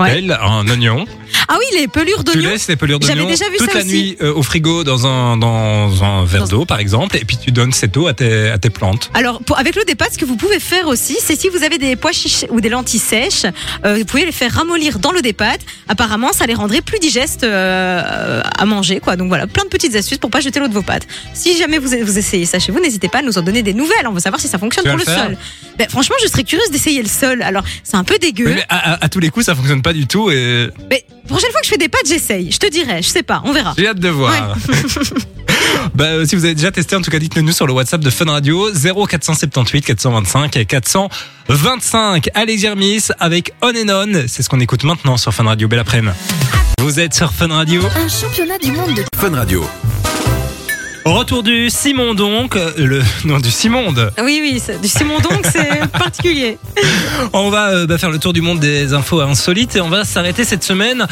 Speaker 1: Ouais.
Speaker 3: pèles un oignon,
Speaker 1: Ah oui, les pelures
Speaker 3: tu
Speaker 1: d'oignons.
Speaker 3: laisses les pelures
Speaker 1: J'avais
Speaker 3: d'oignon
Speaker 1: déjà vu
Speaker 3: toute
Speaker 1: ça
Speaker 3: la
Speaker 1: aussi.
Speaker 3: nuit euh, au frigo dans un dans un verre d'eau par exemple, et puis tu donnes cette eau à tes à tes plantes.
Speaker 1: Alors, pour, avec l'eau des pâtes, ce que vous pouvez faire aussi, c'est si vous avez des pois chiches ou des lentilles sèches, euh, vous pouvez les faire ramollir dans l'eau des pâtes. Apparemment, ça les rendrait plus digestes euh, à manger, quoi. Donc voilà, plein de petites astuces pour pas jeter l'eau de vos pâtes. Si jamais vous, vous essayez ça chez vous, n'hésitez pas à nous en donner des nouvelles. On veut savoir si ça fonctionne
Speaker 3: Tu vas
Speaker 1: pour le,
Speaker 3: le faire
Speaker 1: sol. Ben, franchement, je serais curieuse d'essayer le sol. Alors, c'est un peu dégueu.
Speaker 3: Mais à, à- à tous les coups, ça fonctionne pas du tout. Et
Speaker 1: Mais prochaine fois que je fais des pâtes, j'essaye. Je te dirai. Je sais pas. On verra.
Speaker 3: J'ai hâte de voir. bah, euh, si vous avez déjà testé, en tout cas, dites-le nous sur le WhatsApp de Fun Radio 0478 425 et 425. Alex Hermis avec On and On. C'est ce qu'on écoute maintenant sur Fun Radio. Belle après-midi. Vous êtes sur Fun Radio.
Speaker 5: Un championnat du monde de
Speaker 4: Fun Radio.
Speaker 3: Retour du Simon donc, euh, le nom du Simonde.
Speaker 1: Oui, oui, c'est- du Simon donc, c'est particulier.
Speaker 3: On va euh, bah, faire le tour du monde des infos insolites et on va s'arrêter cette semaine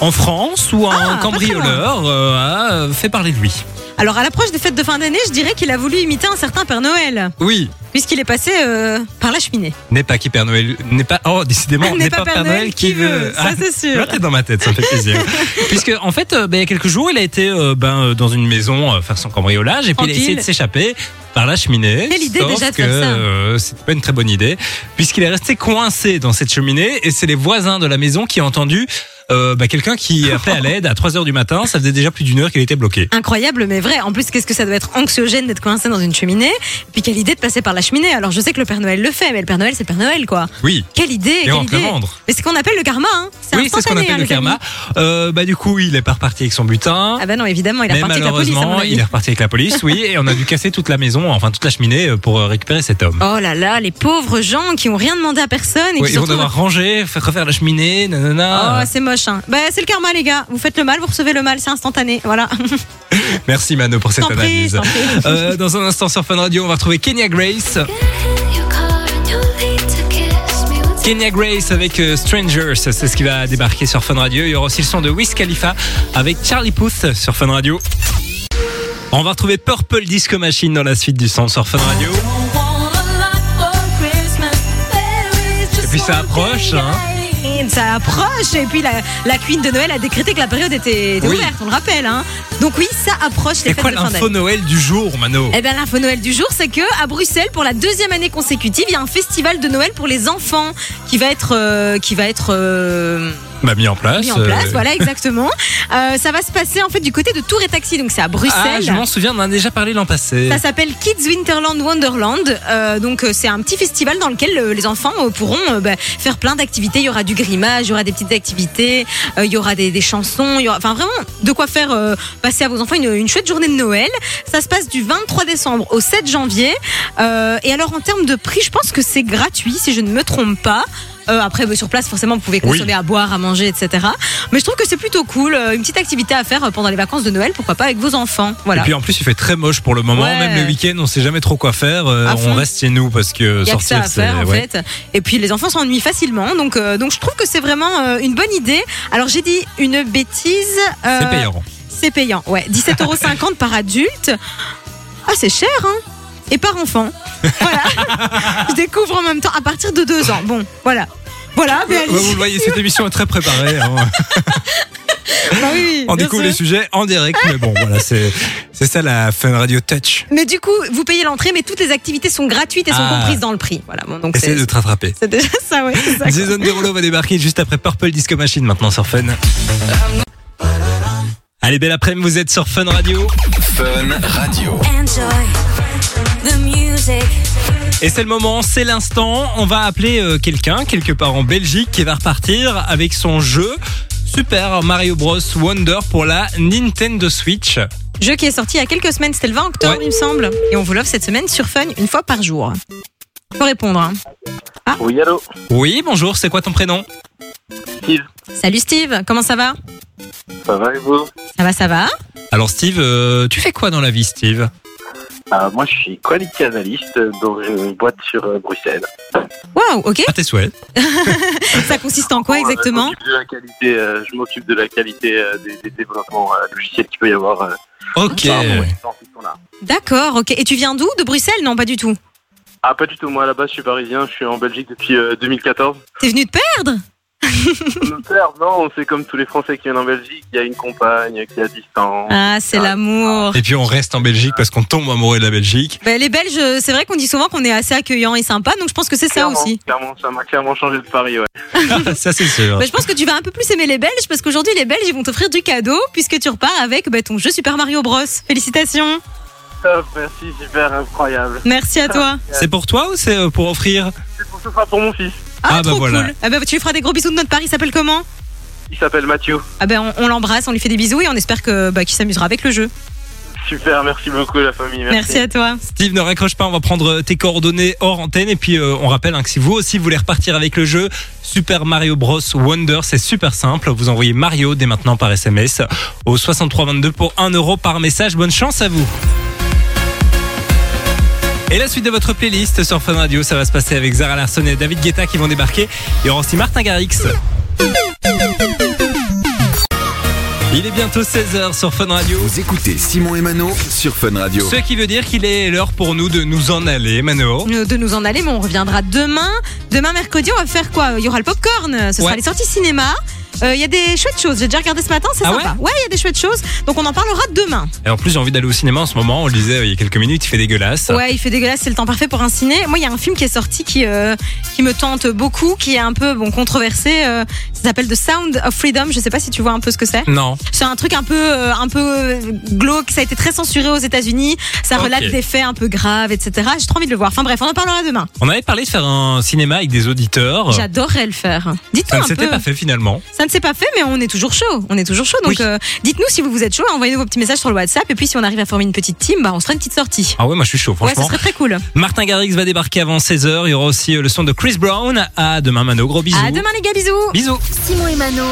Speaker 3: en France où un
Speaker 1: Ah,
Speaker 3: cambrioleur euh, a fait parler de lui.
Speaker 1: Alors, à l'approche des fêtes de fin d'année, je dirais qu'il a voulu imiter un certain Père Noël.
Speaker 3: Oui,
Speaker 1: puisqu'il est passé euh, par la cheminée.
Speaker 3: N'est pas qui Père Noël n'est pas oh décidément n'est pas, Père Noël, qui veut. Ah,
Speaker 1: ça, c'est sûr.
Speaker 3: Là, t'es dans ma tête, ça me fait plaisir. Puisque en fait, euh, ben, il y a quelques jours, il a été euh, ben euh, dans une maison euh, faire son cambriolage et puis il a
Speaker 1: Tranquille.
Speaker 3: essayé de s'échapper par la cheminée.
Speaker 1: Quelle idée
Speaker 3: Sauf
Speaker 1: déjà de
Speaker 3: que
Speaker 1: faire ça.
Speaker 3: euh, c'était pas une très bonne idée puisqu'il est resté coincé dans cette cheminée et c'est les voisins de la maison qui ont entendu euh, ben, quelqu'un qui appelait à l'aide à 3 heures du matin. Ça faisait déjà plus d'une heure qu'il était bloqué.
Speaker 1: Incroyable, mais vrai. En plus, qu'est-ce que ça doit être anxiogène d'être coincé dans une cheminée Puis quelle idée de passer par la cheminée Alors, je sais que le Père Noël le fait, mais le Père Noël, c'est Père Noël, quoi.
Speaker 3: Oui.
Speaker 1: Quelle idée
Speaker 3: Et
Speaker 1: quelle
Speaker 3: on te le
Speaker 1: idée.
Speaker 3: rendre.
Speaker 1: Mais c'est ce qu'on appelle le karma, hein. C'est
Speaker 3: Oui, c'est ce qu'on
Speaker 1: instantané,
Speaker 3: appelle
Speaker 1: hein,
Speaker 3: le
Speaker 1: les
Speaker 3: karma.
Speaker 1: amis.
Speaker 3: Euh, bah du coup, il est pas reparti avec son butin.
Speaker 1: Ah bah non, évidemment, il a
Speaker 3: Mais
Speaker 1: parti avec la police. à mon
Speaker 3: malheureusement,
Speaker 1: avis.
Speaker 3: il est reparti avec la police, oui, et on a dû casser toute la maison, enfin toute la cheminée euh, pour euh, récupérer cet homme.
Speaker 1: Oh là là, les pauvres gens qui ont rien demandé à personne et
Speaker 3: Ouais,
Speaker 1: qui se
Speaker 3: ils vont
Speaker 1: retrouvent-
Speaker 3: devoir Ah. ranger, faire refaire la cheminée,
Speaker 1: euh, Oh,
Speaker 3: nanana.
Speaker 1: c'est moche. Hein. Bah, c'est le karma, les gars. Vous faites le mal, vous recevez le mal, c'est instantané. Voilà.
Speaker 3: Merci Mano pour cette
Speaker 1: T'en prie,
Speaker 3: analyse.
Speaker 1: t'en prie.
Speaker 3: Euh, dans un instant sur Fun Radio, on va retrouver Kenya Grace. Kenya Grace avec euh, Strangers, c'est ce qui va débarquer sur Fun Radio. Il y aura aussi le son de Wiz Khalifa avec Charlie Puth sur Fun Radio. On va retrouver Purple Disco Machine dans la suite du son sur Fun Radio.
Speaker 2: Et
Speaker 3: puis ça approche, hein.
Speaker 1: Et ça approche et puis la, la queen de Noël a décrété que la période était, était
Speaker 3: Oui.
Speaker 1: ouverte, on le rappelle. hein. Donc oui, ça approche les
Speaker 3: C'est
Speaker 1: fêtes
Speaker 3: quoi
Speaker 1: de fin
Speaker 3: l'info
Speaker 1: d'année.
Speaker 3: Noël du jour, Mano
Speaker 1: Eh bien, l'info Noël du jour, c'est que à Bruxelles, pour la deuxième année consécutive, il y a un festival de Noël pour les enfants qui va être, euh, qui va être euh,
Speaker 3: Bah, mis en place.
Speaker 1: mis en place,
Speaker 3: euh,
Speaker 1: voilà exactement. Euh, ça va se passer en fait du côté de Tour et Taxi, donc c'est à
Speaker 3: Ah,
Speaker 1: Bruxelles.
Speaker 3: je m'en souviens, on en a déjà parlé l'an passé.
Speaker 1: ça s'appelle Kids Winterland Wonderland. Euh, donc euh, c'est un petit festival dans lequel euh, les enfants euh, pourront euh, bah, faire plein d'activités. Il y aura du grimage, il y aura des petites activités, euh, il y aura des, des chansons, il y aura enfin vraiment de quoi faire euh, passer à vos enfants une, une chouette journée de Noël. Ça se passe du 23 décembre au 7 janvier. Euh, et alors en termes de prix, je pense que c'est gratuit si je ne me trompe pas. Euh, après, bah, sur place, forcément, vous pouvez
Speaker 3: Oui.
Speaker 1: consommer à boire, à manger, etc. Mais je trouve que c'est plutôt cool, euh, une petite activité à faire euh, pendant les vacances de Noël, pourquoi pas avec vos enfants. Voilà.
Speaker 3: Et puis en plus, il fait très moche pour le moment.
Speaker 1: Ouais.
Speaker 3: Même le week-end, on sait jamais trop quoi faire. Euh,
Speaker 1: À fond.
Speaker 3: on reste chez nous parce que
Speaker 1: Il y a que ça
Speaker 3: sortir,
Speaker 1: à faire en
Speaker 3: ouais.
Speaker 1: fait. Et puis les enfants s'ennuient facilement, donc euh, donc je trouve que c'est vraiment euh, une bonne idée. Alors j'ai dit une bêtise. euh,
Speaker 3: C'est payant.
Speaker 1: C'est payant, ouais. 17,50€ par adulte. Ah c'est cher, hein. Et par enfant. Voilà. je découvre en même temps à partir de deux ans. Bon, voilà. Voilà, mais
Speaker 3: Ouais, vous le
Speaker 1: allez.
Speaker 3: voyez, cette émission est très préparée. hein.
Speaker 1: Bah oui,
Speaker 3: euh, On
Speaker 1: bien
Speaker 3: découvre
Speaker 1: sûr.
Speaker 3: les sujets en direct, mais bon, voilà, c'est c'est ça la Fun Radio Touch.
Speaker 1: Mais du coup, vous payez l'entrée, mais toutes les activités sont gratuites et sont
Speaker 3: Ah.
Speaker 1: comprises dans le prix. Voilà, bon, donc
Speaker 3: Essayez
Speaker 1: c'est
Speaker 3: de te rattraper.
Speaker 1: c'est déjà ça, ouais. c'est ça, quoi.
Speaker 3: Jason Derulo va débarquer juste après Purple Disco Machine maintenant sur Fun.
Speaker 1: Euh,
Speaker 3: Allez, belle après-midi, vous êtes sur Fun Radio.
Speaker 4: Fun Radio.
Speaker 2: Enjoy the music.
Speaker 3: Et c'est le moment, c'est l'instant. On va appeler euh, quelqu'un quelque part en Belgique qui va repartir avec son jeu Super Mario Bros Wonder pour la Nintendo Switch.
Speaker 1: Jeu qui est sorti il y a quelques semaines, c'était le 20 octobre,
Speaker 3: Ouais.
Speaker 1: il me semble. Et on vous l'offre cette semaine sur Fun, une fois par jour. Faut répondre. hein.
Speaker 7: Oui, allô
Speaker 3: Oui, bonjour, c'est quoi ton prénom
Speaker 1: Salut Steve, comment ça va
Speaker 7: Ça va et vous
Speaker 1: Ça va, ça va.
Speaker 3: Alors Steve, euh, tu fais quoi dans la vie Steve
Speaker 7: Ah, Moi, je suis quality analyst dans une boîte sur euh, Bruxelles.
Speaker 1: Waouh, ok.
Speaker 3: À tes souhaits.
Speaker 1: Ça consiste en quoi
Speaker 3: Oh
Speaker 7: Bon, euh,
Speaker 1: exactement
Speaker 7: Je m'occupe de la qualité, euh, je m'occupe de la qualité euh, des, des développements euh, logiciels qu'il peut y avoir. euh,
Speaker 3: Ok.
Speaker 7: par rapport aux licences qui sont là.
Speaker 1: D'accord, ok. Et tu viens d'où De Bruxelles Non, pas du tout.
Speaker 7: Ah, pas du tout. Moi, là-bas, je suis parisien. Je suis en Belgique depuis euh, 2014.
Speaker 1: T'es venu de perdre
Speaker 7: Me perdre, non, c'est comme tous les Français qui viennent en Belgique. Il y a une compagne qui est à distance.
Speaker 1: Ah, c'est
Speaker 7: Ah.
Speaker 1: l'amour.
Speaker 3: Et puis on reste en Belgique parce qu'on tombe amoureux de la Belgique.
Speaker 1: Bah, les Belges, euh, c'est vrai qu'on dit souvent qu'on est assez accueillants et sympas, donc je pense que c'est ça
Speaker 7: Clairement,
Speaker 1: aussi.
Speaker 7: Clairement, ça m'a clairement changé de Paris, ouais.
Speaker 3: Ça c'est sûr.
Speaker 1: Bah, je pense que tu vas un peu plus aimer les Belges parce qu'aujourd'hui les Belges ils vont t'offrir du cadeau puisque tu repars avec bah, ton jeu Super Mario Bros. Félicitations.
Speaker 7: Top, merci, super, incroyable.
Speaker 1: Merci
Speaker 3: Ah.
Speaker 1: à toi.
Speaker 3: C'est pour toi ou c'est euh, pour offrir
Speaker 7: C'est pour ce sera pour mon fils.
Speaker 1: Ah,
Speaker 3: Ah, bah
Speaker 1: trop
Speaker 3: voilà.
Speaker 1: cool. Ah bah, tu lui feras des gros bisous de notre part. Il s'appelle comment
Speaker 7: Il s'appelle Mathieu.
Speaker 1: Ah ben on, on l'embrasse, on lui fait des bisous et on espère que bah, qu'il s'amusera avec le jeu.
Speaker 7: Super, merci beaucoup, la famille.
Speaker 1: Merci, à toi.
Speaker 3: Steve, ne raccroche pas, on va prendre euh, tes coordonnées hors antenne. Et puis, euh, on rappelle hein, que si vous aussi vous voulez repartir avec le jeu Super Mario Bros. Wonder, c'est super simple. Vous envoyez Mario dès maintenant par SMS au 6322 pour 1 euro par message. Bonne chance à vous. Et la suite de votre playlist sur Fun Radio, ça va se passer avec Zara Larson et David Guetta qui vont débarquer. Il y aura aussi Martin Garrix. Il est bientôt 16h sur Fun Radio.
Speaker 4: Vous écoutez Simon et Mano sur Fun Radio.
Speaker 3: Ce qui veut dire qu'il est l'heure pour nous de nous en aller, Mano.
Speaker 1: Euh, De nous en aller, mais on reviendra demain. Demain mercredi, on va faire quoi Il y aura le popcorn. Ce sera
Speaker 3: Ouais.
Speaker 1: les sorties cinéma. Euh, Il y a des chouettes choses. J'ai déjà regardé ce matin, c'est
Speaker 3: Ah
Speaker 1: sympa. Ouais, il y a des chouettes choses. Donc on en parlera demain.
Speaker 3: Et en plus, j'ai envie d'aller au cinéma en ce moment. On le disait euh, il y a quelques minutes, il fait dégueulasse.
Speaker 1: Ouais, il fait dégueulasse, c'est le temps parfait pour un ciné. Moi, il y a un film qui est sorti qui, euh, qui me tente beaucoup, qui est un peu bon controversé. euh, ça s'appelle The Sound of Freedom. Je sais pas si tu vois un peu ce que c'est.
Speaker 3: Non.
Speaker 1: C'est un truc un peu, euh, un peu euh, glauque. Ça a été très censuré aux États-Unis. Ça
Speaker 3: Ok.
Speaker 1: relate des faits un peu graves, etc. J'ai trop envie de le voir. Enfin bref, on en parlera demain.
Speaker 3: On avait parlé de faire un cinéma avec des auditeurs.
Speaker 1: J'adorerais le faire. Dites-nous
Speaker 3: Ça ne
Speaker 1: un
Speaker 3: s'était
Speaker 1: peu.
Speaker 3: pas fait finalement.
Speaker 1: Ça ne s'est pas fait, mais on est toujours chaud. On est toujours chaud. Donc,
Speaker 3: Oui.
Speaker 1: euh, dites-nous si vous vous êtes chaud. Envoyez-nous vos petits messages sur le WhatsApp. Et puis, si on arrive à former une petite team, bah, on sera une petite sortie.
Speaker 3: Ah ouais, moi je suis chaud,
Speaker 1: Ouais, ça
Speaker 3: franchement.
Speaker 1: serait très cool.
Speaker 3: Martin Garrix va débarquer avant 16h. Il y aura aussi euh, le son de Chris Brown. À demain, Mano. Gros bisous.
Speaker 1: À demain, les gars. Bisous.
Speaker 3: Bisous.
Speaker 5: Simon et Mano.